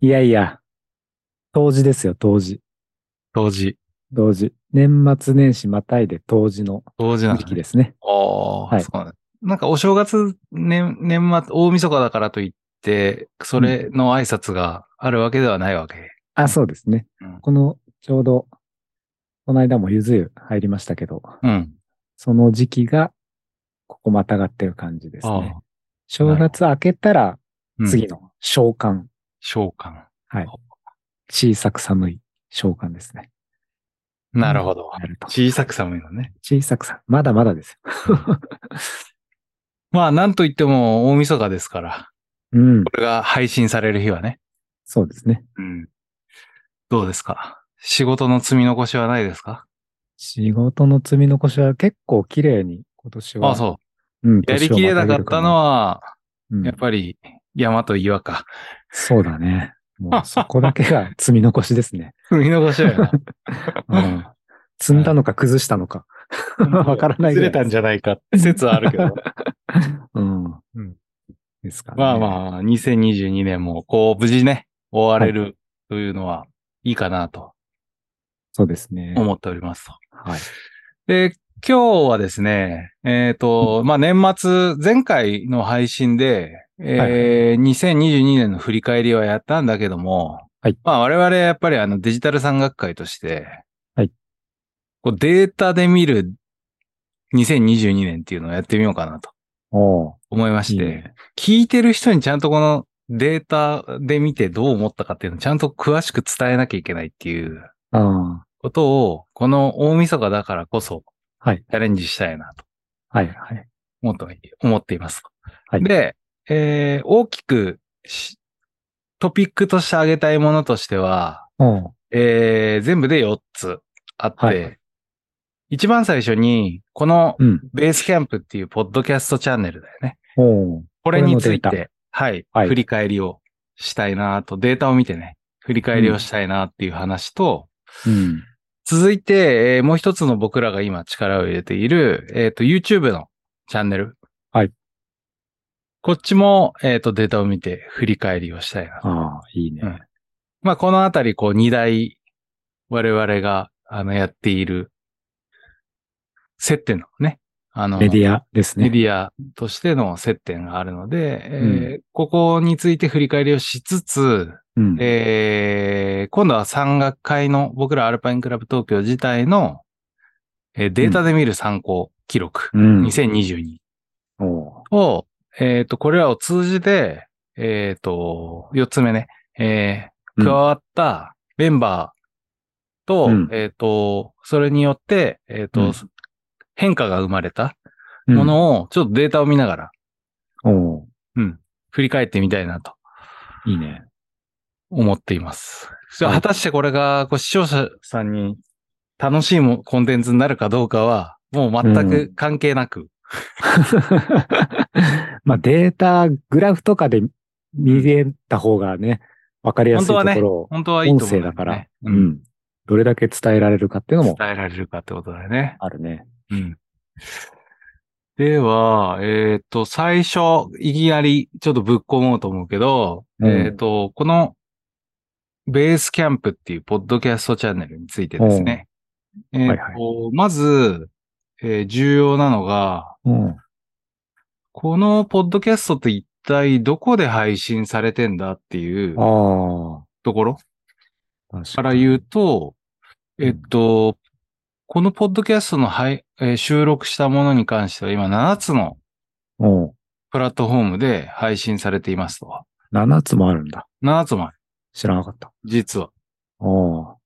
いやいや、冬至ですよ、冬至。当時。冬至。年末年始またいで冬至の当時なん時だ期ね。ですね。ああ、はいそうなんだ。なんかお正月、年、年末、大晦日だからといって、それの挨拶があるわけではないわけ。あ、そうですね。うんこの、ちょうど、この間もゆず湯入りましたけど、うん。その時期が、ここまたがってる感じですあね。あ、正月明けたら、うん次。の、召喚。召喚。はい。小さく寒い召喚ですね。なるほど。やると小さく寒いのね。小さくさ、まだまだですよ。まあ、なんといっても大晦日ですから。うん、これが配信される日はね。そうですね。うん。どうですか仕事の積み残しはないですか仕事の積み残しは結構綺麗に、今年は。。あ、そううん、う。やりきれなかったのは、は、うんやっぱり山と岩か。 そうだね。もうそこだけが積み残しです ね。積み残しだよな。 うん、積んだのか崩したのか。 わからないずぐらいでれすたんじゃないかって説はあ るけど。うん。うんですかね。まあまあ、2022年もこう無事ね、終われるというのはいいかなとそうですね。思っておりますと。はい。で、今日はですね、えっ、と、まあ年末、前回の配信で、えー2022年の振り返りはやったんだけども、はいまあ我々やっぱりあのデジタル山学会として、はいこうデータで見る2022年っていうのをやってみようかなとおー思いまして、いいね聞いてる人にちゃんとこのデータで見てどう思ったかっていうのをちゃんと詳しく伝えなきゃいけないっていうあことを、この大晦日だからこそ、はいチャレンジしたいなとあ。はいはい。思って思っています。はいで、えー大きくしトピックとして挙げたいものとしては、おーえー全部で4つあって、はい一番最初に、このうん。ベースキャンプっていうポッドキャストチャンネルだよね。おーこれについこれて、はい、はい振り返りをしたいなと、データを見てね、振り返りをしたいなっていう話と、うん。続いて、えーもう一つの僕らが今力を入れている、えっ、と、YouTube のチャンネル。はい。こっちも、えっ、と、データを見て振り返りをしたいなと。ああ、いいね。うんまあ、このあたり、こう、二大、我々が、あの、やっている、接点のね、あの、メディアですね。メディアとしての接点があるので、えーうここについて振り返りをしつつ、うん。えー今度は山岳会の僕らアルパインクラブ東京自体の、えーデータで見る参考記録、うん。 2022おーを、えっ、と、これらを通じて、えっ、と、4つ目ね、えーうん加わったメンバーと、うんえっ、と、それによって、えっ、と、うん変化が生まれたうんものを、ちょっとデータを見ながらお振り返ってみたいなとーいいね。思っています。はい果たしてこれがこう視聴者さんに楽しいもコンテンツになるかどうかは、もう全うく関係なく、 まあデータ、グラフとかで見れた方がね、わかりやすいところを、本当はいい音と思う声んよだね、から、う、うんん。どれだけ伝えられるかっていうの伝もえられるかってことだよね。あるね。うん。では、えっ、と、最初、いきなりちょっとぶっ込もうと思うけど、うんえっ、と、この、ベースキャンプっていうポッドキャストチャンネルについてですね。えっ、と、はいはまず、えー重要なのが、うん。このポッドキャストって一体どこで配信されてんだっていうあところあ。確から言うと、うんえっと、このポッドキャストの配、えー収録したものに関しては今7つのうん。プラットフォームで配信されていますと。 7つもあるんだ。 7つもある知らなかった。実は。お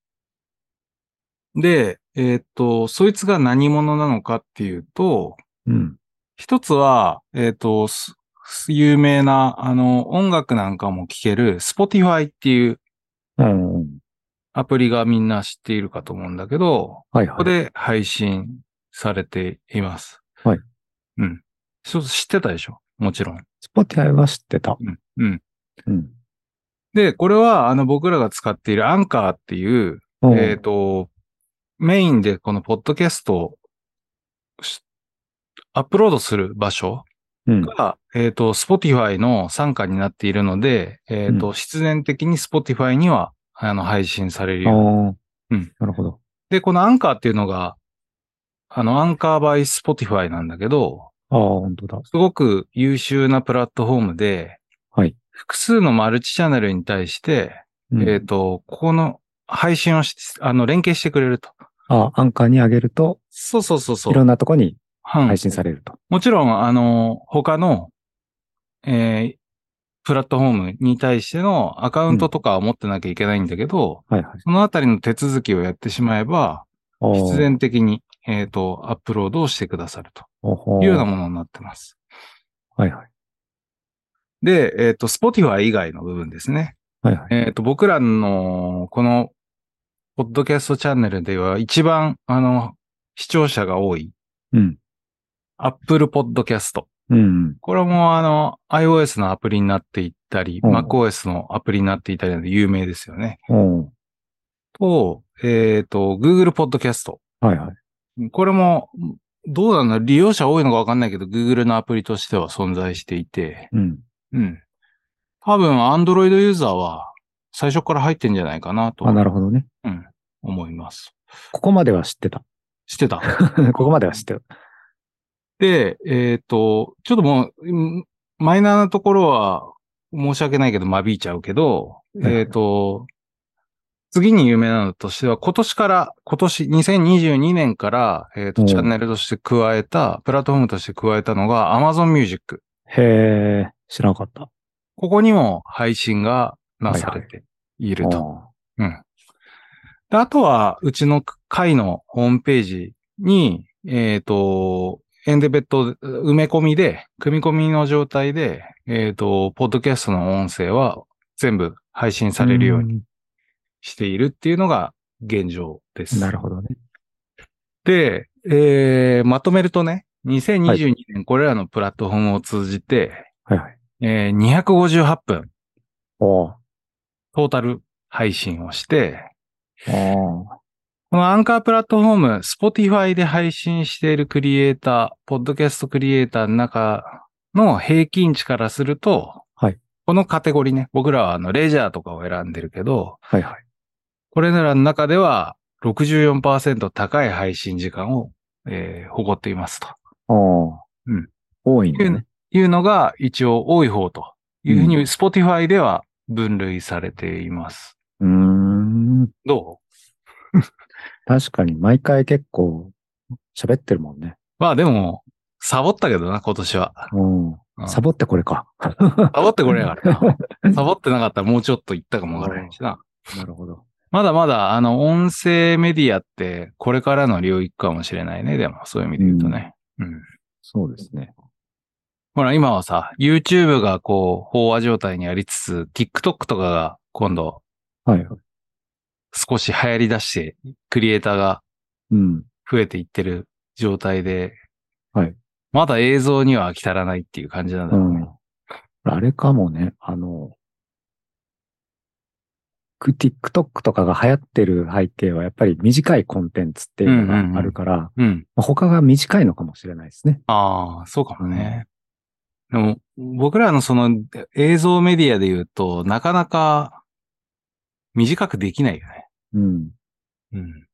で、えっと、そいつが何者なのかっていうと、うん。一つは、えっと、すす有名な、あの、音楽なんかも聴ける Spotify っていううん。アプリがみんな知っているかと思うんだけど、はいこはこい。で配信されています。はい。うん。そう、知ってたでしょもちろん。スポティアイは知ってた。うん。うん。うん。で、これは、あの、僕らが使っているアンカーっていう、うんえっ、と、メインでこのポッドキャストをしアップロードする場所うん。が、えっ、と、Spotify の参加になっているので、えっ、と、う必然的に Spotify には、あの、配信されるようあにうあん。なるほど。で、このアンカーっていうのが、あの、アンカーバイ Spotify なんだけど、ああ、本当だ。すごく優秀なプラットフォームで、はい複数のマルチチャンネルに対して、うんえっ、と、ここの配信をし、あの、連携してくれると。ああ、アンカーに上げると、そうそうそうそ。いうろんなとこにうん配信されると。もちろん、あの、他の、えープラットフォームに対してのアカウントとかは持ってなきゃいけないんだけど、はいはい。そのあたりの手続きをやってしまえば、ああ必然的に、えっ、と、アップロードをしてくださるとほほいうようなものになってます。はいはい。で、えっ、と、Spotify 以外の部分ですね。はいはい。えっ、と、僕らの、この、ポッドキャストチャンネルでは一番、あの、視聴者が多い、うん。 Apple Podcast。うんうん。これもあの、iOS のアプリになっていったり、うん MacOS のアプリになっていたりで有名ですよね。おうと、えっ、と、Google Podcast。はいはい。これも、どうなんだ利用者多いのかわかんないけど、Google のアプリとしては存在していて、うん。うん。多分、Android ユーザーは最初から入ってんじゃないかなとあ、なるほどね。思います。ここまでは知ってた。 知ってた。ここまでは知ってた。で、えっ、と、ちょっともう、うんマイナーなところは申し訳ないけど、間引いちゃうけど、はいえっ、と、次に有名なのとしては、今年から、今年2022年から、えっ、と、うんチャンネルとして加えた、プラットフォームとして加えたのが Amazon Music。へえ、知らなかった。ここにも配信がなされていると。あうん。であとは、うちの会のホームページに、えっ、と、エンデベット埋め込みで、組み込みの状態で、えっ、と、ポッドキャストの音声は全部配信あされるようにに。しているっていうのが現状です。なるほどね。で、えーまとめるとね、2022年これらのプラットフォームを通じて、はいはい。えー258分おうトータル配信をして、おうこのアンカープラットフォーム、Spotify で配信しているクリエイター、ポッドキャストクリエイターの中の平均値からすると、はいこのカテゴリーね、僕らはあのレジャーとかを選んでるけど、はいはい。これらの中では64%高い配信時間を、えー誇っていますとおううん。多いんだね。いうのが一応多い方というふうにう Spotify では分類されています。うーん。ど確かに毎回結構喋ってるもんね。うまあでも、サボったけどな、今年は。ううんん。サボってこれか。サボってこれやから な。サボってなかったらもうちょっと行ったかもわからないしな。なるほど。まだまだ、あの、音声メディアってこれからの領域かもしれないね。でも、そういう意味で言うとね。うん。そうですね。ほら、今はさ、YouTube がこう、飽和状態にありつつ、TikTok とかが今度はいはい。少し流行り出して、クリエイターがうん。増えていってる状態で、はい。まだ映像には飽き足らないっていう感じなんだうろうね。ん。あれかもね、あの、く TikTok とかが流行ってる背景はやっぱり短いコンテンツっていうのがあるから、うん。まあ他が短いのかもしれないですね。ああ、そうかもね。でも、僕らのその映像メディアで言うと、なかなか短くできないよね。うん。うん。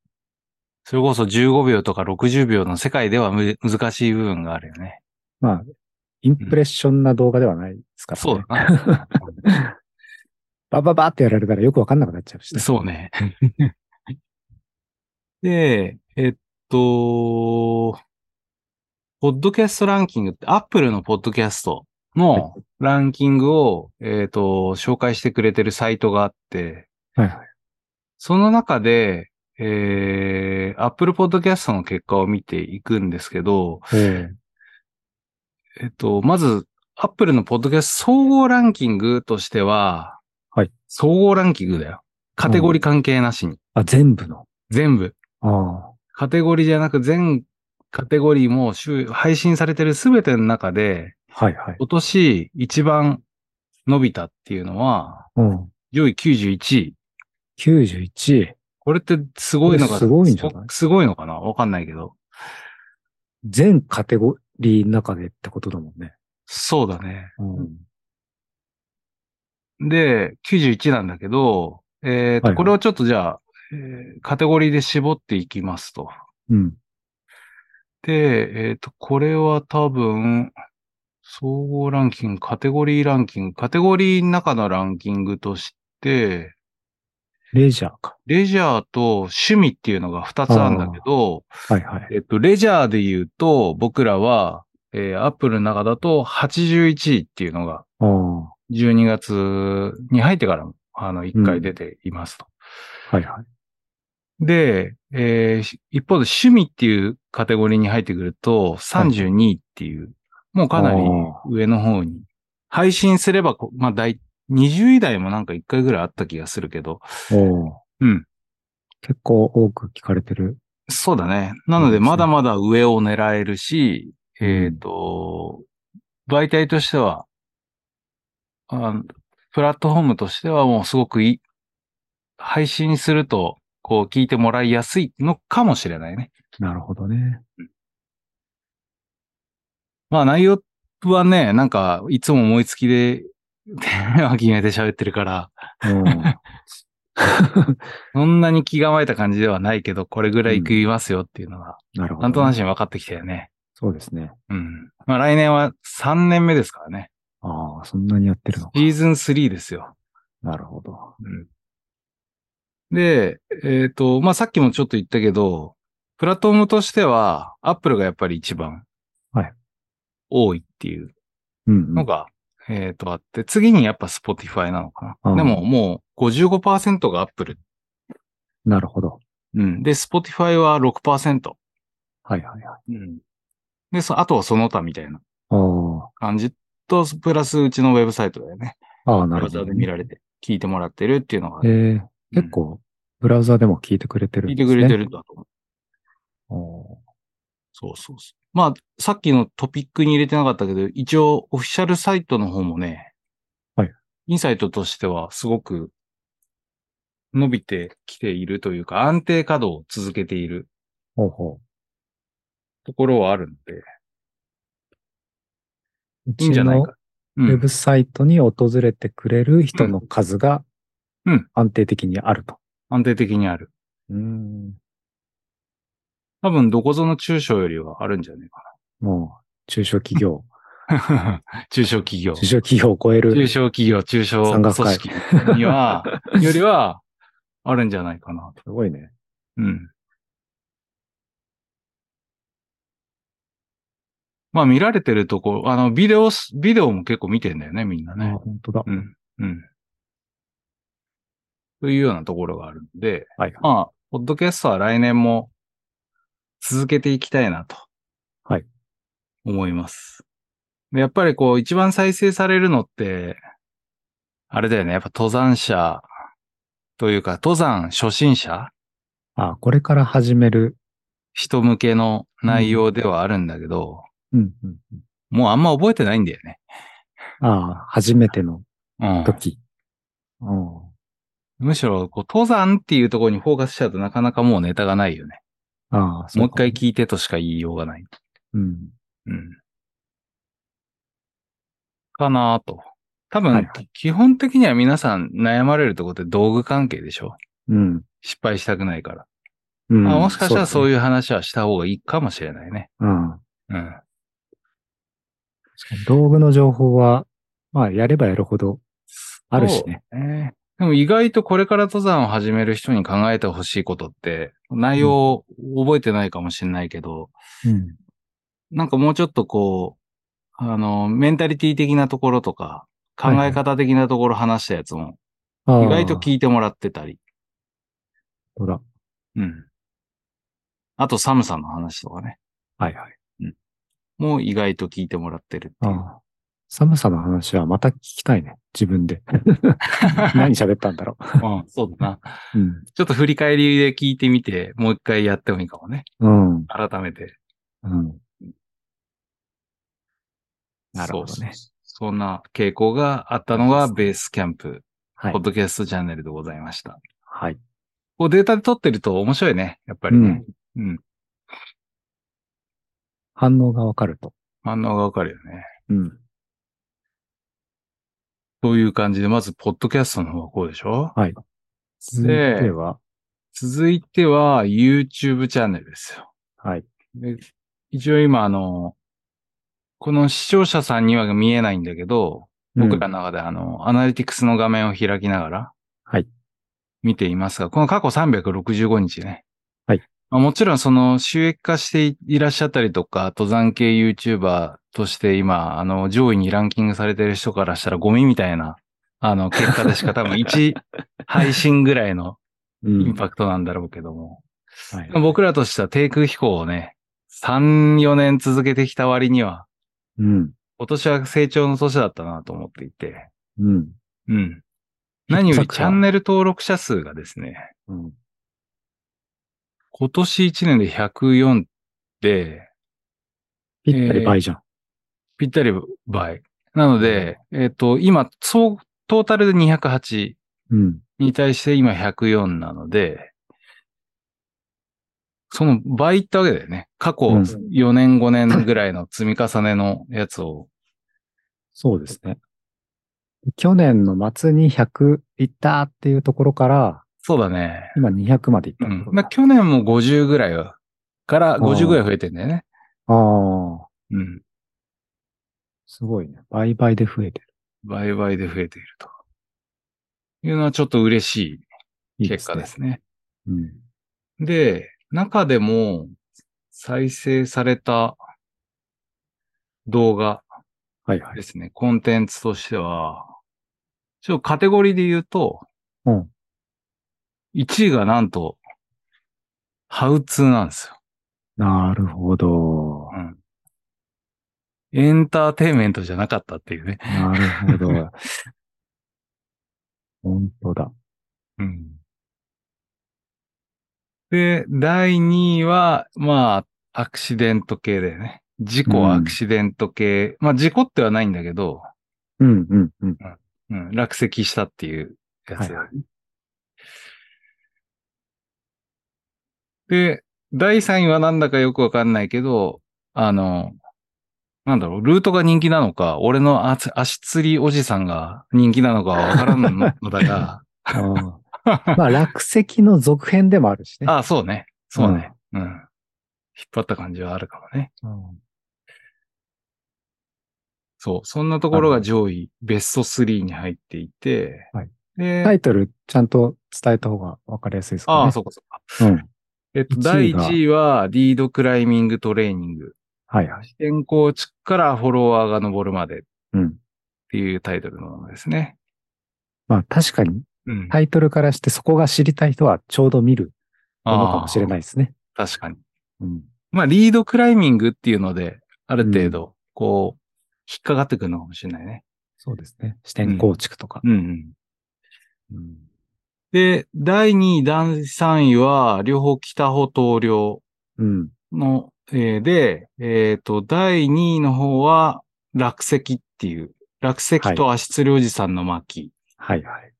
それこそ15秒とか60秒の世界ではむ難しい部分があるよね。まあ、インプレッションな動画ではないですから、ね そうだな。バババってやられたらよくわかんなくなっちゃうしね、そうね。 で、えっと、ポッドキャストランキングって、アップルのポッドキャストのランキングを、えっと、紹介してくれてるサイトがあって、はいはい。その中で、えー、Apple Podcast の結果を見ていくんですけど、ええっと、まず、Apple の Podcast 総合ランキングとしては、はい。総合ランキングだよ。カテゴリー関係なしに。あ、全部の。全部。あカテゴリーじゃなく、全カテゴリーも週配信されてるすべての中で、あ。はいはい。今年一番伸びたっていうのは、うん。上位91位。 91位。これってすごいのかこれすごいんじゃないすすごいのかなわかんないけど。全カテゴリーの中でってことだもんね。そうだね。うん。で、91なんだけど、えっ、はいはと、いこれをちょっとじゃあ、えーカテゴリーで絞っていきますと。うん。で、えっ、と、これは多分、総合ランキング、カテゴリーランキング、カテゴリーの中のランキングとして、レジャーか。レジャーと趣味っていうのが2つあるんだけど、はいはい。えっと、レジャーで言うと、僕らは、えーアップルの中だと81位っていうのが、ああ。は12月に入ってからも、あの、1回出ていますと。いはい。で、えーし一方で趣味っていうカテゴリーに入ってくると、32位っていう、もうかなりあー上の方に。配信すればこ、まあ、大、20位台もなんか1回ぐらいあった気がするけど、おーうん。結構多く聞かれてる。そうだね。なのそうでで、すねまだまだ上を狙えるし、うんえっ、と、媒体としてはあ、プラットフォームとしてはもうすごくいい、配信すると、こう聞いてもらいやすいのかもしれないね。なるほどね。まあ内容はね、なんか、いつも思いつきで、 テーマ決めて喋ってるから、 うん。そんなに気構えた感じではないけど、これぐらい食いますよっていうのが、なるほど、ね。なんとなしに分かってきたよね。そうですね。うん。まあ来年は3年目ですからね。ああ、そんなにやってるのか。シーズン3ですよ。なるほど。で、えっ、と、まあ、さっきもちょっと言ったけど、プラットフォームとしては、アップルがやっぱり一番、はい多いっていううん、うのん。が、えっ、と、あって、次にやっぱ Spotify なのかな。うんでももう55%がアップル。なるほど。うん。で、Spotify は6%。はいはいはい。うん。で、そあとはその他みたいなあ感じと、プラスうちのウェブサイトだよね。あ、ああ、ブなるラほウザどーね、で見られて、聞いてもらってるっていうのが、えー結構、ブラウザでも聞いてくれてる聞んいでてす、くね。れてるんだと思う。おー。そうそうそう。まあ、さっきのトピックに入れてなかったけど、一応オフィシャルサイトの方もね、はい。インサイトとしてはすごく伸びてきているというか、安定稼働を続けているほうほところはあるので、う。ういいんじゃないか。うちのウェんブ。サイトに訪れてくれる人の数がうんうん安定的にあると。安定的にある。うん。多分どこぞの中小よりはあるんじゃないかもう、中小企業、な。 中小企業。中小企業を超える中小企業、中小山組岳会織には、よりは、あるんじゃないかなと。すごいね。うん。まあ見られてるところ、あの、ビデオす、ビデオも結構見てんだよね、みんなああね。本当だ。うん。うん。というようなところがあるので、はい。まあ、ポッドキャストは来年も続けていきたいなと。はい。思います。でやっぱりこう、一番再生されるのって、あれだよね。やっぱ登山者というか、登山初心者ああ、これから始める。人向けの内容ではあるんだけど、うん、うん。もうあんま覚えてないんだよね。ああ、初めてのうん、時。うん。むしろ、こう、登山っていうところにフォーカスしちゃうとなかなかもうネタがないよね。ああ、そもうう一か回。聞いてとしか言いようがない。うん。うん。かなぁと。多分、はいは基本的には皆さん悩まれるところって道具関係でしょうん。失敗したくないから、うんまあ。もしかしたらそうういう話はした方がいいかもしれないね。だね。うん。うん。道具の情報は、まあ、やればやるほどあるしね。そうね。でも意外とこれから登山を始める人に考えてほしいことって、内容を覚えてないかもしれないけど、うん。なんかもうちょっとこう、あの、メンタリティ的なところとか、考はいはいえ方的なところ話したやつも、ああ意外と聞いてもらってたり、ほら。うん。あと寒さの話とかね、はいはい。もう意外と聞いてもらってるってあいう。あ寒さの話はまた聞きたいね。自分 で。何喋ったんだろうん、そうだな。う。うん。ちょっと振り返りで聞いてみて、もう一回やってもいいかもね。うん。改めて。うん。なるほどねそうそうそうそんな傾向があったのがそうベースキャンプ、はいポッ。ドキャストチャンネルでございました。はい。こうデータで撮ってると面白いね。やっぱうりねん。。うん。反応がわかると。反応がわかるよね。うん。そういう感じで、まず、ポッドキャストの方がこうでしょはい。続いてで、は、続いては YouTube チャンネルですよ。はい。で一応今、あの、この視聴者さんには見えないんだけど、僕らうんの中であの、アナリティクスの画面を開きながら、はい。見ていますが、この過去365日ね。はい。まあ、もちろんその収益化していいらっしゃったりとか、登山系 YouTuber として今、あの、上位にランキングされてる人からしたらゴミみたいな、あの、結果でしか多分1配信ぐらいのうんインパクトなんだろうけども。はいでも僕らとしては低空飛行をね、3、4年続けてきた割には、うん。今年は成長の年だったなと思っていて。うん。うん。何より作チ者ャンネル登録者数がですね、うん。今年1年で104で、ぴったり倍じゃん。ぴったり倍。なので、えっ、と、今、総、トータルで208うん。に対して今104なので、その倍ってわけだよね。過去うん4年5年ぐらいの積み重ねのやつを。そうですね。去年の末に100いったっていうところから、そうだね。今200までいったうとこん。ろまあだ。去年も50ぐらいはから50ぐらい増えてんだよね。ああ、うん。すごいね。倍々で増えてる。倍々で増えていると。いうのはちょっと嬉しいいい結果ねですね。うん。で、中でも再生された動画はいはい。ですね、コンテンツとしては、ちょっとカテゴリーで言うと、うん1位がなんと、ハウツーなんですよ。なるほど。うんエンターテインメントじゃなかったっていうね。なるほ ど。本当だ。うんで、第2位は、まあ、アクシデント系だよね。事故うんアクシデント系。まあ、事故ってはないんだけど、うんうんうん。うん、落石したっていうやつだよね、はで、第3位はなんだかよくわかんないけど、あの、なんだろう、ルートが人気なのか、俺の足足つりおじさんが人気なのかわからんのだ が、あーまあ、落石の続編でもあるしね。ああ、そうね。そうね、うん。引っ張った感じはあるかもね。うんそう。そんなところが上位、ベスト3に入っていて。はいで、タイトルちゃんと伝えた方がわかりやすいですかね。ああ、そうかそうか。うん。えっと、 1第位が1位は、リードクライミングトレーニング。はいはい。視点構築からフォロワーが登るまでっうん。ていうタイトルのものですね。まあ、確かにうん。タイトルからしてそこが知りたい人はちょうど見るものかもしれい。ないですね。確かに。うん。まあ、リードクライミングっていうので、ある程度、こう、引っかかってくるのかもしれないね。そうですね。視点構築とか。うんうん。うん。で、第2位、第3位は、両方北穂東陵うん。の、えーで、えっ、と、第2位の方は、落石っていう、落石と足つりおじさんの巻はい はい。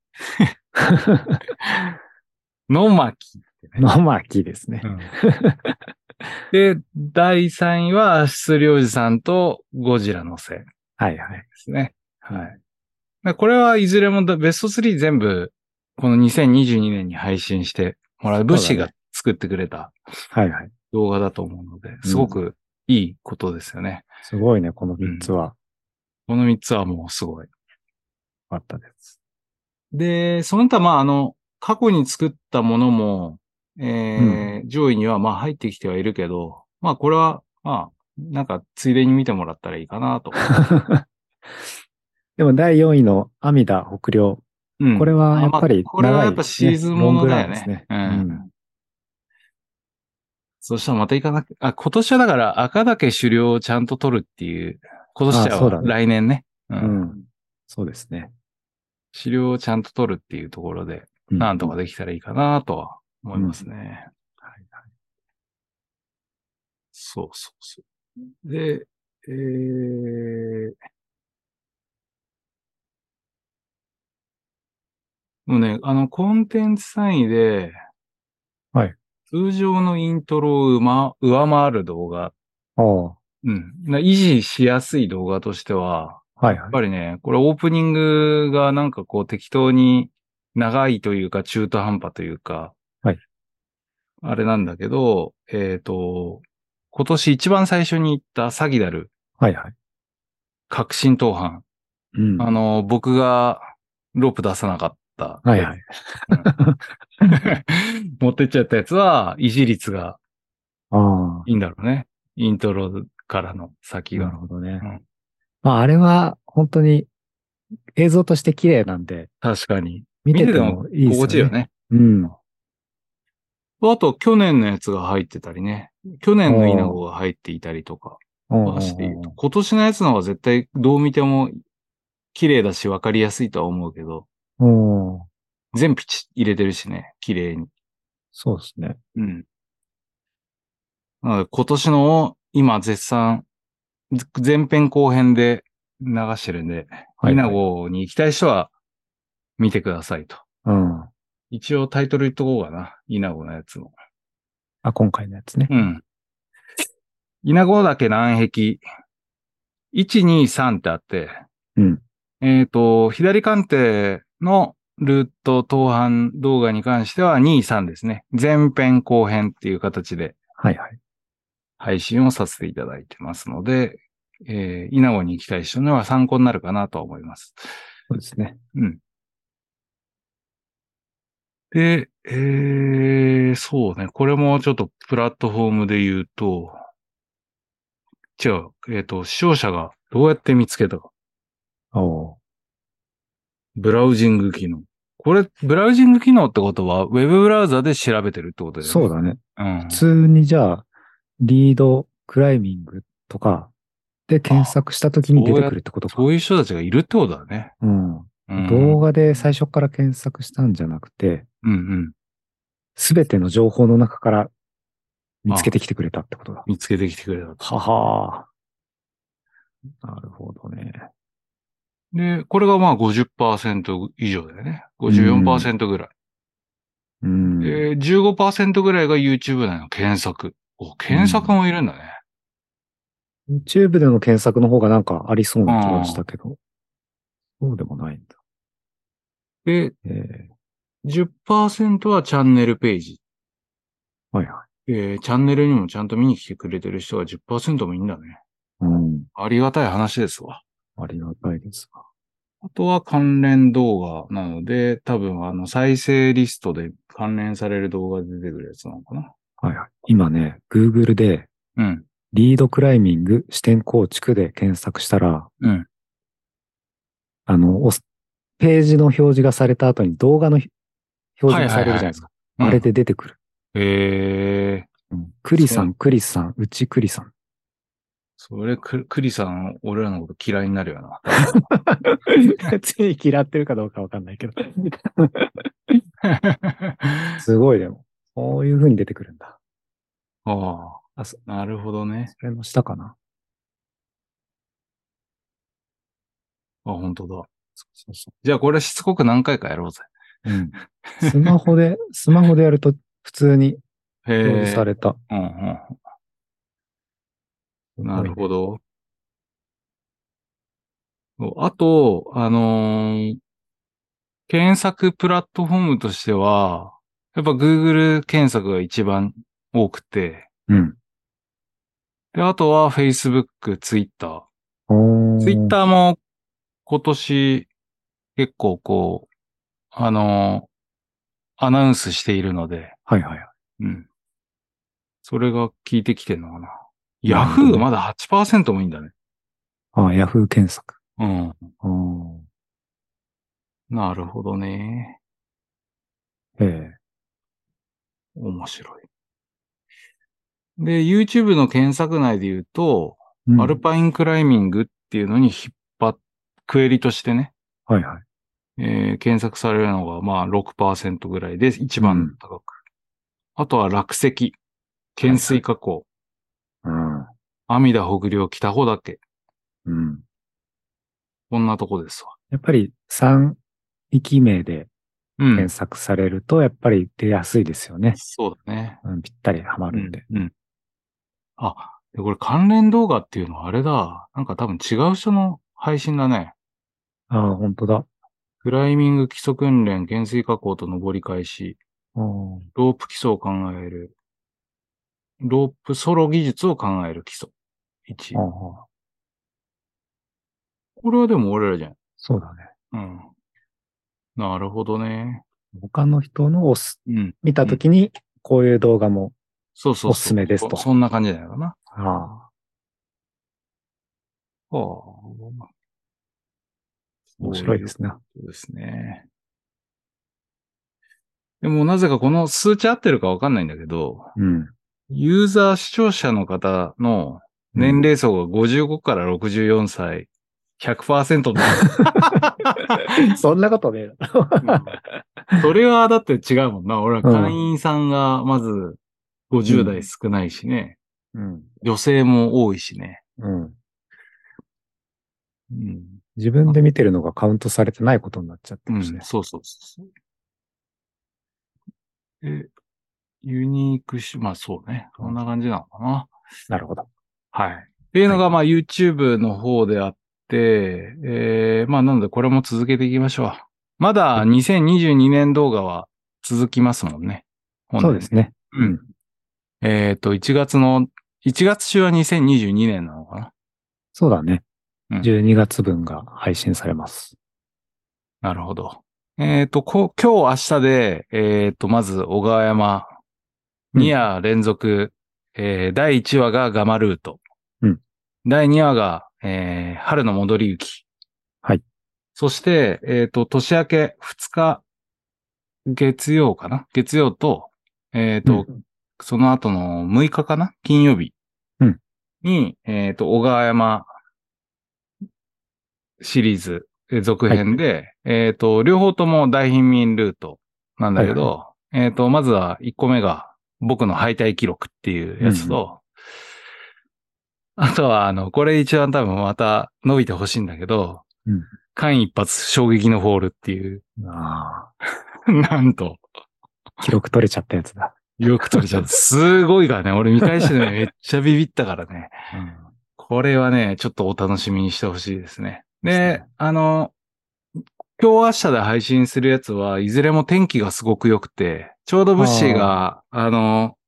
の巻。野巻ですね。 で、第3位は足つりおじさんとゴジラのせいではいはい。すね。はい。でこれはいずれもだベスト3全部、この2022年に配信してもらう、ブッシーが作ってくれたはいはい。動画だと思うので、すごくいいことですよね。すごいね、この3つは。この三つはもうすごい。あったです。 で、その他、まあ、あの、過去に作ったものも、えー上位にはまあ入ってきてはいるけど、まあこれは、まあ、なんかついでに見てもらったらいいかなと。 でも第4位の阿弥陀北陵。うんこれはやっぱりあまあこれはや長いっでぱすシねーズンものだロングラよね。うンですねん。そしたらまた行かなきゃ、あ、今年はだから赤岳狩猟をちゃんと取るっていう、今年あそうはだね来年ね。うう。ん。そうですね。資料をちゃんと取るっていうところで、うんなんとかできたらいいかなとは思いますね。はいはい。そうそうそう。で、えー、もうね、あの、コンテンツ3位で、はい。通常のイントロを上上回る動画、ああ。うん。な維持しやすい動画としては、はいはやいっ。ぱりね、これオープニングがなんかこう適当に長いというか中途半端というか、はいあれなんだけど、えっ、と、今年一番最初に行ったサギダル、はいはい。革新党犯。うん。あの、僕がロープ出さなかった。はいはい。 持ってっちゃったやつは、維持率がああ。いいんだろうね。イントロからの先なるが。ほどね。うんまあ、あれは本当に映像として綺麗なんで、確かに。見ててもいいですよね。心地いいよね。うん。あと、去年のやつが入ってたりね。去年の稲子が入っていたりとかうんうんうはしているとん今年のやつの方が絶対どう見ても綺麗だし分かりやすいとは思うけど、うん。全ピチ入れてるしね、綺麗に。そうですね。うん。なので今年のを今絶賛、ず前編後編で流してるんで、はいはい稲子に行きたい人は見てくださいと。うん。一応タイトル言っとこうかな。稲子のやつも。あ、今回のやつね。うん。稲子岳南壁。123ってあって、うん。えっ、と、左鑑定のルート当半動画に関しては23ですね。前編後編っていう形ではいはい。配信をさせていただいてますので、えー、稲子に行きたい人には参考になるかなと思います。そうですね。うん。で、えー、そうね。これもちょっとプラットフォームで言うと、違う、えっ、と、視聴者がどうやって見つけたか。おーブラウジング機能。これ、ブラウジング機能ってことは、ウェブブラウザで調べてるってことだよね。そうだね。う普。ん通にじゃあ、リード、クライミングとかで検索した時に出てくるってことかそ。ういう人たちがいるってことだね。うん。うん。動画で最初から検索したんじゃなくて、うんうん。すべての情報の中から見つけてきてくれたってことだ。見つけてきてくれたと。ははーなるほどね。で、これがまあ50%以上だよね。54%ぐらい。うん。で、15%ぐらいが YouTube 内の検索。お、検索もいるんだね。 YouTube での検索の方がなんかありそうな気がしたけど。そうでもないんだ。で、ええ10%はチャンネルページ。はいはえーチャンネルにもちゃんと見に来てくれてる人が10%もいいんだね。い。うん。ありがたい話ですわ。ありがたいですが。あとは関連動画なので、多分あの再生リストで関連される動画で出てくるやつなのかな。はいはい。今ね、Google でうん。リードクライミング視点構築で検索したら、うん。あの、おページの表示がされた後に動画のひ表示がされるじゃないですか。うんあれ。で出てくる。えー、うんクリさん、クリさん、うちクリさん。それク、クリさん、俺らのこと嫌いになるよな。 別に嫌ってるかどうかわかんない けど。すごいでも。こういう風に出てくるんだ。あああそ、なるほどね。それの下かな。あ、本当だ。そうそじゃあこれしつこく何回かやろうぜ。う。うん。 スマホで、スマホでやると普通にへ表示えさ。れた。うんうん。なるほど。あと、あのー検索プラットフォームとしては、やっぱ Google 検索が一番多くて、うん。で、あとは Facebook、Twitter。おー Twitter も今年結構こう、あのーアナウンスしているので、はいはいはい。うん。それが効いてきてんのかな。なヤるほどねフーがまだ8%もいいんだね。ああ、ヤフー検索。うん。あーなるほどね。ええ。面白い。で、YouTube の検索内で言うと、うんアルパインクライミングっていうのに引っ張っ、クエリとしてね、はいはい。えー検索されるのがまあ6%ぐらいで一番高く。あとは落石、懸垂加工、うん。阿弥陀北陵北穂岳。うん。こんなとこですわ。やっぱり3域名でうん検。索されると、やっぱり出やすいですよね。そうだね。うん、ぴったりハマあるんで。。うん。あ、で、これ関連動画っていうのはあれだ。なんか多分違う人の配信だね。ああ、本当だ。クライミング基礎訓練、減衰加工と登り返し、うんロープ基礎を考える。ロープソロ技術を考える基礎。あ1。あこれはでも俺らじゃん。そうだね。うん。なるほどね。他の人のをすうん。見たときに、こういう動画も、そうそうそうおすすめですとそんな感じだよな。あああ。あ、面白いですね。そうですね。でもなぜかこの数値合ってるかわかんないんだけど、うん。ユーザー視聴者の方の年齢層が55から64歳、100% そんなことね。 だ。それはだって違うもんな。俺は会員さんがまず50代少ないしね。うん。女性も多いしね。うん。うん。自分で見てるのがカウントされてないことになっちゃってうまん、すそうね。そうそうそう。え、ユニークし、まあそうね。こんな感じなのかな。なるほど。はい。っていうのが、まあ YouTube の方であって、えー、まあなのでこれも続けていきましょう。まだ2022年動画は続きますもんね。そうですね。ね。うん。えっ、と、1月の、1月中は2022年なのかなそうだね。うん12月分が配信されます。なるほど。えっ、と、こ今日明日で、えっ、と、まず小川山、2夜連続、えー第1話がガマルート。うん第2話が、えー春の戻り行き。はい。そして、えっ、と、年明け2日、月曜かな月曜と、えっ、と、うんその後の6日かな金曜日。うんに、えっ、と、小川山シリーズ、え続編で、えっ、と、両方とも大貧民ルートなんだけど、えっ、と、まずは1個目が、僕の敗退記録っていうやつと、あとは、あの、これ一番多分また伸びてほしいんだけど、うん間一髪衝撃のホールっていう、 あなんと、あ、記録取れちゃったやつだ。よく取れちゃう。すごいからね、俺見返してね、めっちゃビビったからね。これはね、ちょっとお楽しみにしてほしいですね。ですでね、あの、今日明日で配信するやつはいずれも天気がすごく良くて、ちょうどブッシーが、あの、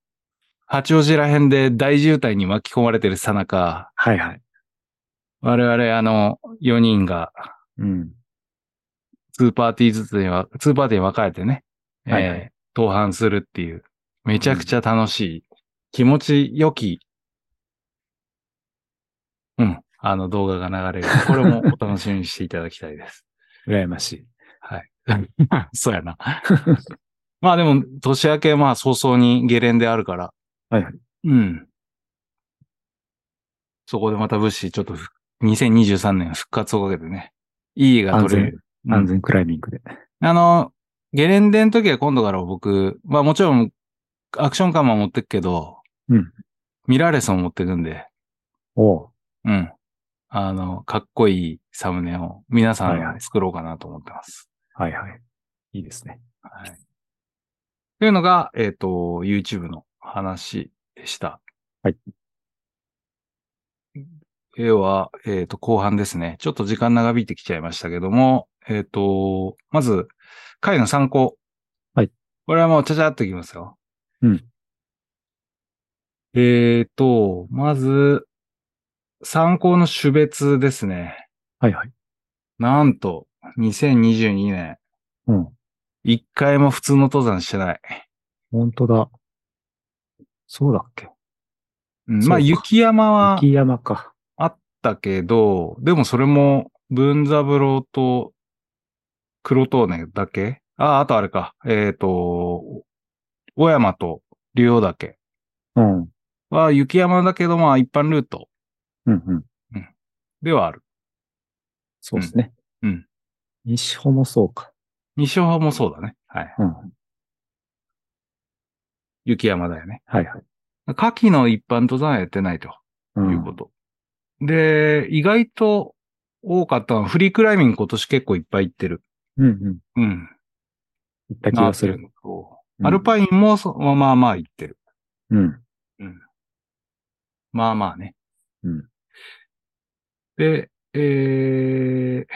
八王子ら辺で大渋滞に巻き込まれてるさなか、はいはい。我々あの、4人がうん。 2パーティーずつには、2パーティーに分かれてね、はいはいえー、登板するっていう、めちゃくちゃ楽しい、気持ち良き、うん、あの動画が流れる。これ もお楽しみにしていただきたいです。羨ましい。はい。そうやな。 まあでも、年明け、まあ早々にゲレンデあるから。はいはい。うん。そこでまたブッシー、ちょっとふ、2023年復活をかけてね、いい絵が撮れる。うん安全クライミングで。あの、ゲレンデの時は今度から僕、まあもちろん、アクションカンマ持ってくけど、うんミラーレスも持ってくんで、おう。うん。あの、かっこいいサムネを皆さはいはん作ろうかなと思ってます。はいはい。いいですね。はい。というのが、えっ、と、YouTube の話でした。はい。では、えっ、と、後半ですね。ちょっと時間長引いてきちゃいましたけども、えっ、と、まず、回の参考。はい。これはもうちゃちゃっといきますよ。うん。えっ、と、まず、参考の種別ですね。はいはい。なんと、2022年、うん。一回も普通の登山してない。本当だ。そうだっけうんまあ、そうか雪山は雪山か。あったけど、でもそれも、文三郎と黒トーネだけあ、あとあれか。えっ、と、小山と竜王岳うん。うんは雪山だけど、まあ一般ルートうん。ではある。そうですね。うんうん。西穂もそうか。西尾もそうだね。はい。うん。雪山だよね。はいはい。夏季の一般登山はやってないと。うんいうこと。で、意外と多かったのは、フリークライミング今年結構いっぱい行ってる。うんうん。うん。行った気がすなってる。のとうんアルパインもそ、まあまあまあ行ってる。うん。まあまあね。うん。で、えー、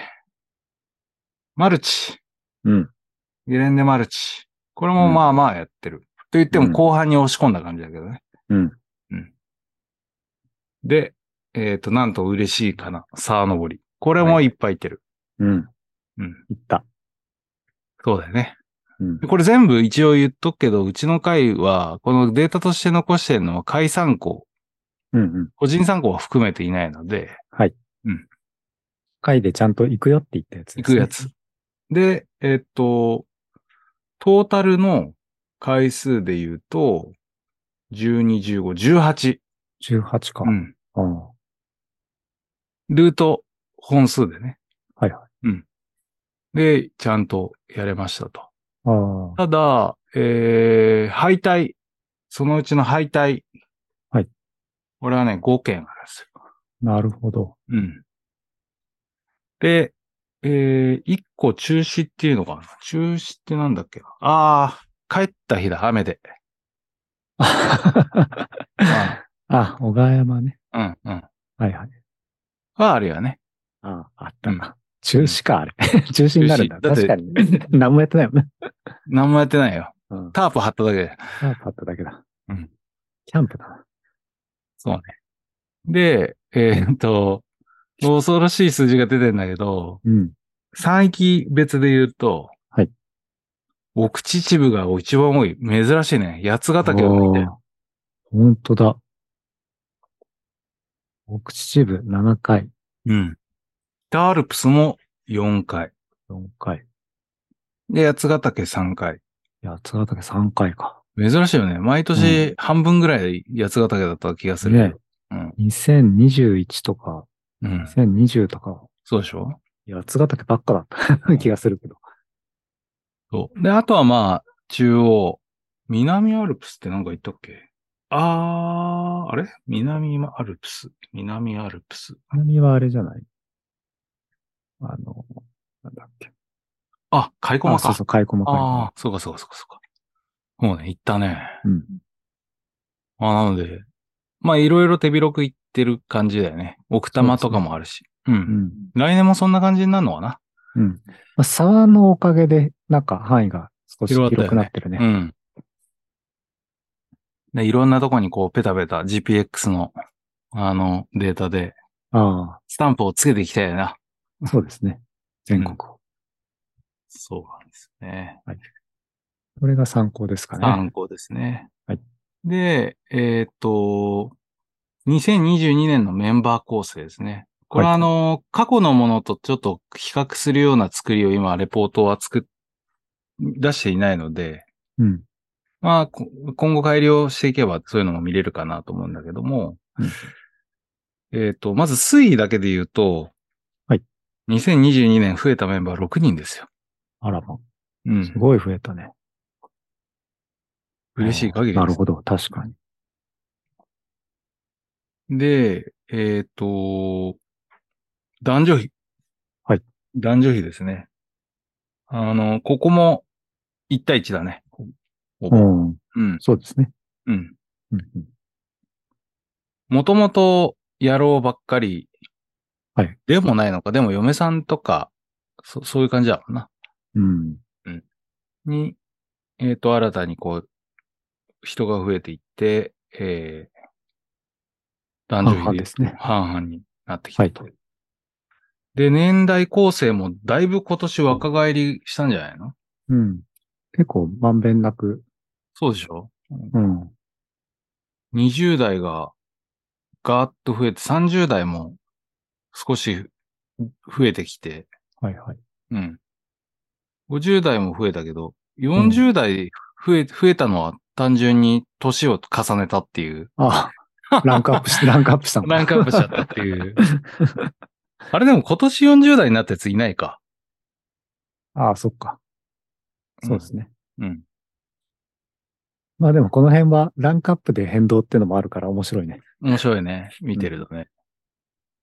マルチ。うん。ゲレンデマルチ。これもうんまあまあやってる。と言ってうもん後半に押し込んだ感じだけどね。うん。で、えっ、と、なんと嬉しいかな。沢登り。これもいっぱいいってる。うん。うん。行った。そうだよね。うん。これ全部一応言っとくけど、うちの会は、このデータとして残してるのは、会参考、うんうん。個人参考は含めていないので、会でちゃんと行くよって言ったやつで行すくねやつ。。で、えっと、トータルの回数で言うと、12、15、18。 18か。うん。ああルート本数でね。はいはで、ちゃんとやれましたと。ああ。ただ、えー、敗退。そのうちの敗退。はい。これはね、5件あるんですよ。なるほど。うん。で、えー、一個中止っていうのかな中止ってなんだっけなあー、帰った日だ、雨で。あ あ、小川山ね。うん、うん。はいはい。はあるよね。ああ、あったな。中止か、あれ。 中止になるんだ。中止確かだに。何もやってないもんね。何もやってないよ。うん。タープ張っただけで。パーパっただけだ。うん。キャンプだな。で、えーっと、恐ろしい数字が出てんだけど、うん。産域別で言うと、はい。奥秩父が一番多い。珍しいね。八ヶ岳が多いね。本当だ。奥秩父7回、うん。北アルプスも4回。 4回。で、八ヶ岳3回。八ヶ岳3回か。珍しいよね。毎年半分ぐらい八ヶ岳だった気がする。ねうん。 2021とか、うん。 2020とか、そうでしょ八ヶ岳ばっかだった気がするけど。そう。で、あとはまあ、中央。南アルプスってなんか言ったっけあー、あれ南アルプス。南アルプス。南はあれじゃないあの、なんだっけ。あ、開駒あ、か。そうそう、開コマ開ああ、そうかそうかそうかそうか。もうね、行ったね。うん。まあ、なので、まあ、いろいろ手広く行ってる感じだよね。奥多摩とかもあるし。う。うんん。来年もそんな感じになるのかな。うん。まあ、沢のおかげで、なんか範囲が少し広が広ったよねくなってるね。うん。で、いろんなとこにこう、ペタペタ GPX の、あの、データで、あスタンプをつけていきたいな。あ、そうですね。全国を。そうなんですね。これが参考ですかね。参考ですね。はい。で、えーっと、2022年のメンバー構成ですね。これははいあの、過去のものとちょっと比較するような作りを今、レポートは作っ、出していないので、うん。まあ、こ今後改良していけばそういうのも見れるかなと思うんだけども、うんえっ、と、まず推移だけで言うと、はい。 2022年増えたメンバー6人ですよ。あらま、うすん。ごい増えたね。嬉しい限りです。なるほど、確かに。で、えっ、と、男女比。はい。男女比ですね。あの、ここも1対1だね。ほうぼん、うん。そうですね。うん。うんうん、もともと野郎ばっかり。はい。でもないのか。でも嫁さんとか、そそういう感じだもんな。うん。に、えっ、と、新たにこう、人が増えていって、えー、男女半比々ですね。半々になってきたと。はで、年代構成もだいぶ今年若返りしたんじゃないのうん。結構まんべんなく、そうでしょうん。 ?20 代がガーッと増えて、30代も少し増えてきて、はいはい。うん。50代も増えたけど、40代増え、増えたのは単純に年を重ねたって いう、 ああ、ランクアップし、ランクアップしたのかランクアップしちゃったっていう。あれでも今年40代になったやついないか。 ああ、そっか。そうですね。うん。まあでもこの辺はランクアップで変動っていうのもあるから面白いね。面白いね。見てるとね。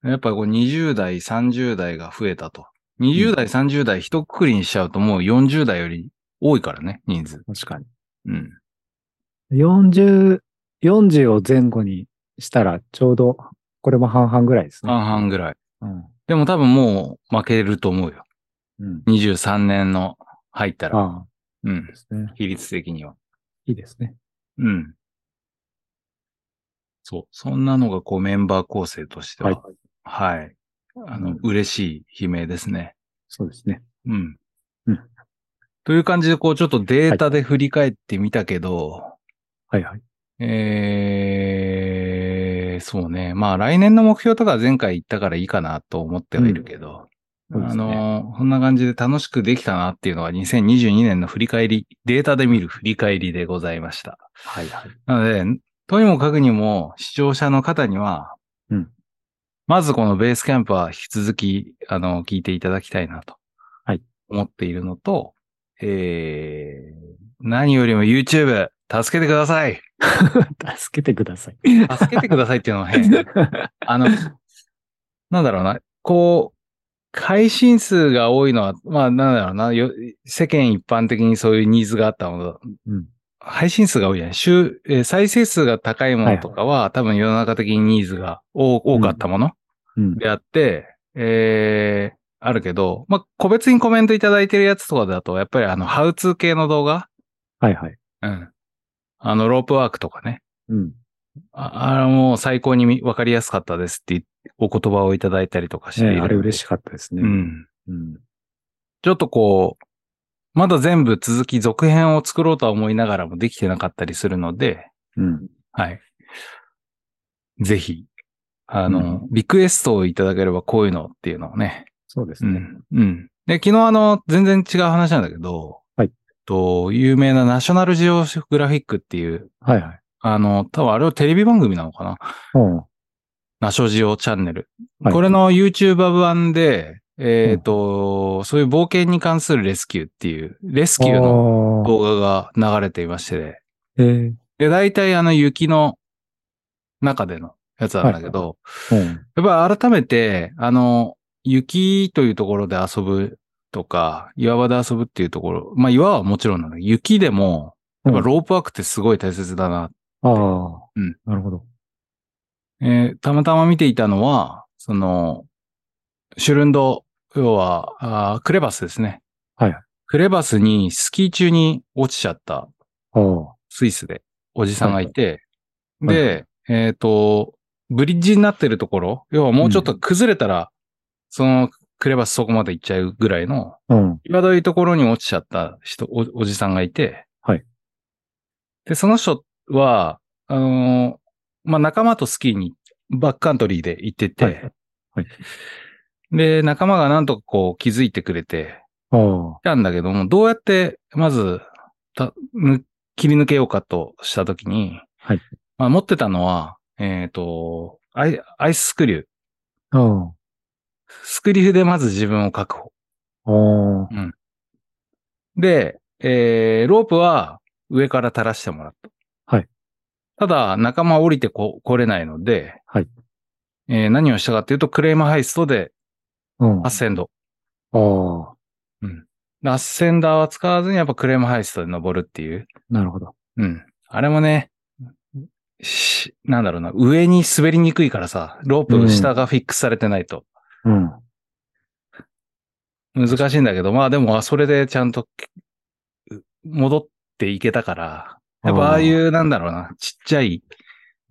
やっぱこう20代、30代が増えたと。20代、30代一括りにしちゃうともう40代より多いからね、人数。確かに。うん。 40、40を前後にしたらちょうどこれも半々ぐらいですね。半々ぐらい。うん。でも多分もう負けると思うよ。うん。 23年の入ったら。ああ、うそうんで。すね。比率的には。いいですね。うん。そう。そんなのがこうメンバー構成としては、はい。はい。あの、嬉しい悲鳴ですね。そうですね。うん。うんという感じで、こう、ちょっとデータで振り返ってみたけど、はいはい。えー、そうね。まあ、来年の目標とか前回言ったからいいかなと思ってはいるけど、うんそうであすねの、こんな感じで楽しくできたなっていうのが2022年の振り返り、データで見る振り返りでございました。はいはい。なので、とにもかくにも視聴者の方には、うんまずこのベースキャンプは引き続き、あの、聞いていただきたいなと。はい思っているのと、えー、何よりも YouTube、助けてください 助けてください。助けてくださいっていうのは 変。あの、なんだろうな、こう、配信数が多いのは、まあ、なんだろうな、よ世間一般的にそういうニーズがあったものだうん。配信数が多いじゃない週、えー再生数が高いものとかは、多分世の中的にニーズが多多かったものうん。であって、えー、あるけど、まあ、個別にコメントいただいてるやつとかだと、やっぱりあの、ハウツー系の動画はいはい。うん。あの、ロープワークとかね。うん。ああれもう最高に分かりやすかったですってお言葉をいただいたりとかしている、ねあれ嬉しかったですね。うん。うん。ちょっとこう、まだ全部続き続編を作ろうとは思いながらもできてなかったりするので、うん。はい。ぜひ、あの、リクエストをいただければこういうのっていうのをね。そうですうね。ん。うん。で、昨日あの、全然違う話なんだけど、はい。と、有名なナショナルジオグラフィックっていう、はいはい。あの、多分あれはテレビ番組なのかなうん。はナショジオチャンネル。いこれ、の YouTuber 版で、えっ、と、そういう冒険に関するレスキューっていう、レスキューのの。動画が流れていまして、えーで、大体あの雪の中でのやつなんだけど、うん。やっぱり改めて、あの、雪というところで遊ぶとか、岩場で遊ぶっていうところ、まあ岩はもちろんなんだけど、雪でも、やっぱロープワークってすごい大切だな。ああ。うん。なるほど。えーたまたま見ていたのは、その、シュルンド、要は、あークレバスですね。はい。クレバスにスキー中に落ちちゃったああ。スイスで、おじさんがいて、はいはいで、えっ、と、ブリッジになってるところ、要はもうちょっと崩れたら、そのクレバスそこまで行っちゃうぐらいの、うん。際どいところに落ちちゃった人、おおじさんがいて、はい。で、その人は、あのーまあ、仲間とスキーにバックカントリーで行ってて、はいはいで、仲間がなんとかこう気づいてくれて、ああ。たんだけども、どうやって、まず、た、ぬ、切り抜けようかとしたときに、はい。まあ、持ってたのは、えっ、と、アイ、アイススクリュー。ああ。スクリューでまず自分を確保。ああ。で、えー、ロープは上から垂らしてもらった。はい。ただ、仲間降りてこ、来れないので、はい。えー、何をしたかっていうと、クレームハイストでうん。アッあセンド。あ。でアッセンダーは使わずにやっぱクレームハイストで登るっていう。なるほど。うん。あれもね、し、なんだろうな、上に滑りにくいからさ、ローうんプ下がフィックスされてないとうん。難しいんだけど、まあでも、あそれでちゃんとう戻っていけたから、やっぱああいあう、なんだろうな、ちっちゃい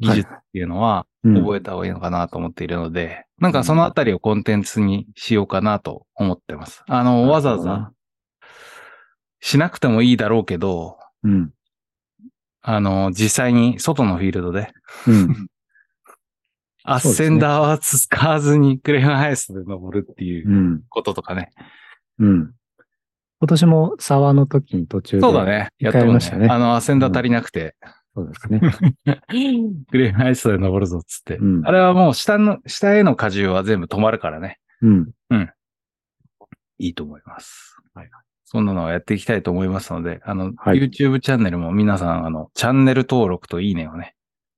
技術っていうのはあ、うん覚えた方がいいのかなと思っているので、なんかそのあたりをコンテンツにしようかなと思ってます。あの、わざわざ。しなくてもいいだろうけど、うん。あの、実際に外のフィールドで、うん。。アッセンダーは使わずにクレーンハイストで登るっていううんこととかね。うん。今年も沢の時に途中で。そうだ。ね。や一っと回やりもましたね。ねあの、アッセンダー足りなくて、そうです ね。クレーンハイストで登るぞっつって。うんあれはもう下の、下への荷重は全部止まるからね。うん。いいと思います。はいそんなのをやっていきたいと思いますので、あの、はい YouTube チャンネルも皆さん、あの、チャンネル登録といいねをね、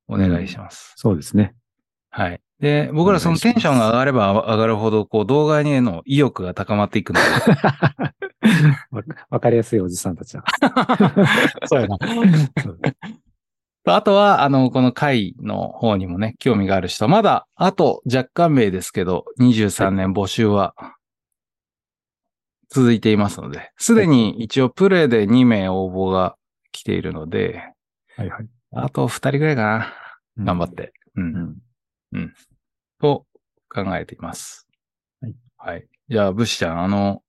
お願いします。そうですね。 はい。で、僕らそのテンションが上がれば上がるほど、こう、動画への意欲が高まっていくので、 わわかりやすいおじさんたちだ。そうやな。あとは、あの、この会の方にもね、興味がある人、まだ、あと若干名ですけど、23年募集は続いていますので、すでに一応プレイで2名応募が来ているので、はいはい。あと2人ぐらいかな。頑張っ。て。う。うんん。と考えています。はい。はい。じゃあ、ブシちゃん、あの、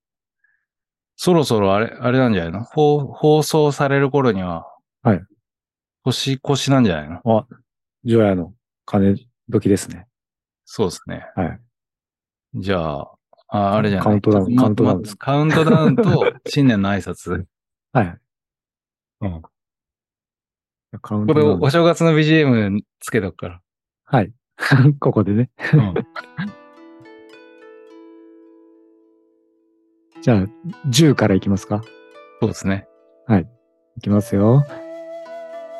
そろそろあれ、あれなんじゃないの放放送される頃には、はい。年越しなんじゃないの除夜の金時ですね。そうですね。はい。じゃあ、ああれじゃないカウントダウンまカウントダウンまですカウントダウンと新年の挨 拶。はい。うん。カウンこトれダウおン。正月の BGM つけとくから。はい。 ここでね。うん。じゃあ、10からいきますか。そうですね。いきますよ。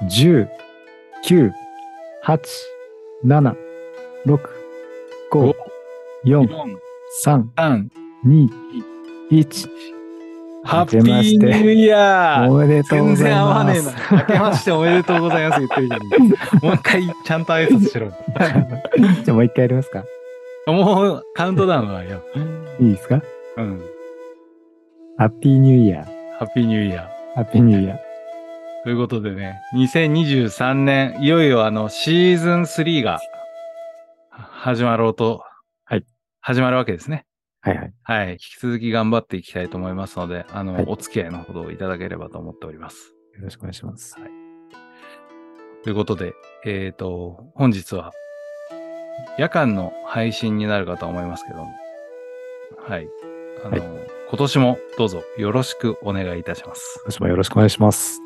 10、9、8、7、6、5、4、 4、 3、 3、 2、1。ハッピ明けまーしニュてーイヤーおめでとうご全ざい然合わまねえすな。。明けましておめでとうございます言っ てるけど、もう一回ちゃんと挨拶しろ。 じゃあもう一回やりますか。もうカウントダウンはよ。いいですかうん。ハッピーニューイヤー。ハッピーニューイヤー。ハッピーニューイヤー。ということでね、2023年、いよいよあの、シーズン3が始まろうと、はい。始まるわけですね。はいはい。はい。引き続き頑張っていきたいと思いますので、あの、はいお付き合いのほどをいただければと思っております。よろしくお願いします。ということで、えっ、と、本日は、夜間の配信になるかと思いますけども、はい。あの、はい今年もどうぞよろしくお願いいたします。私もよろしくお願いします。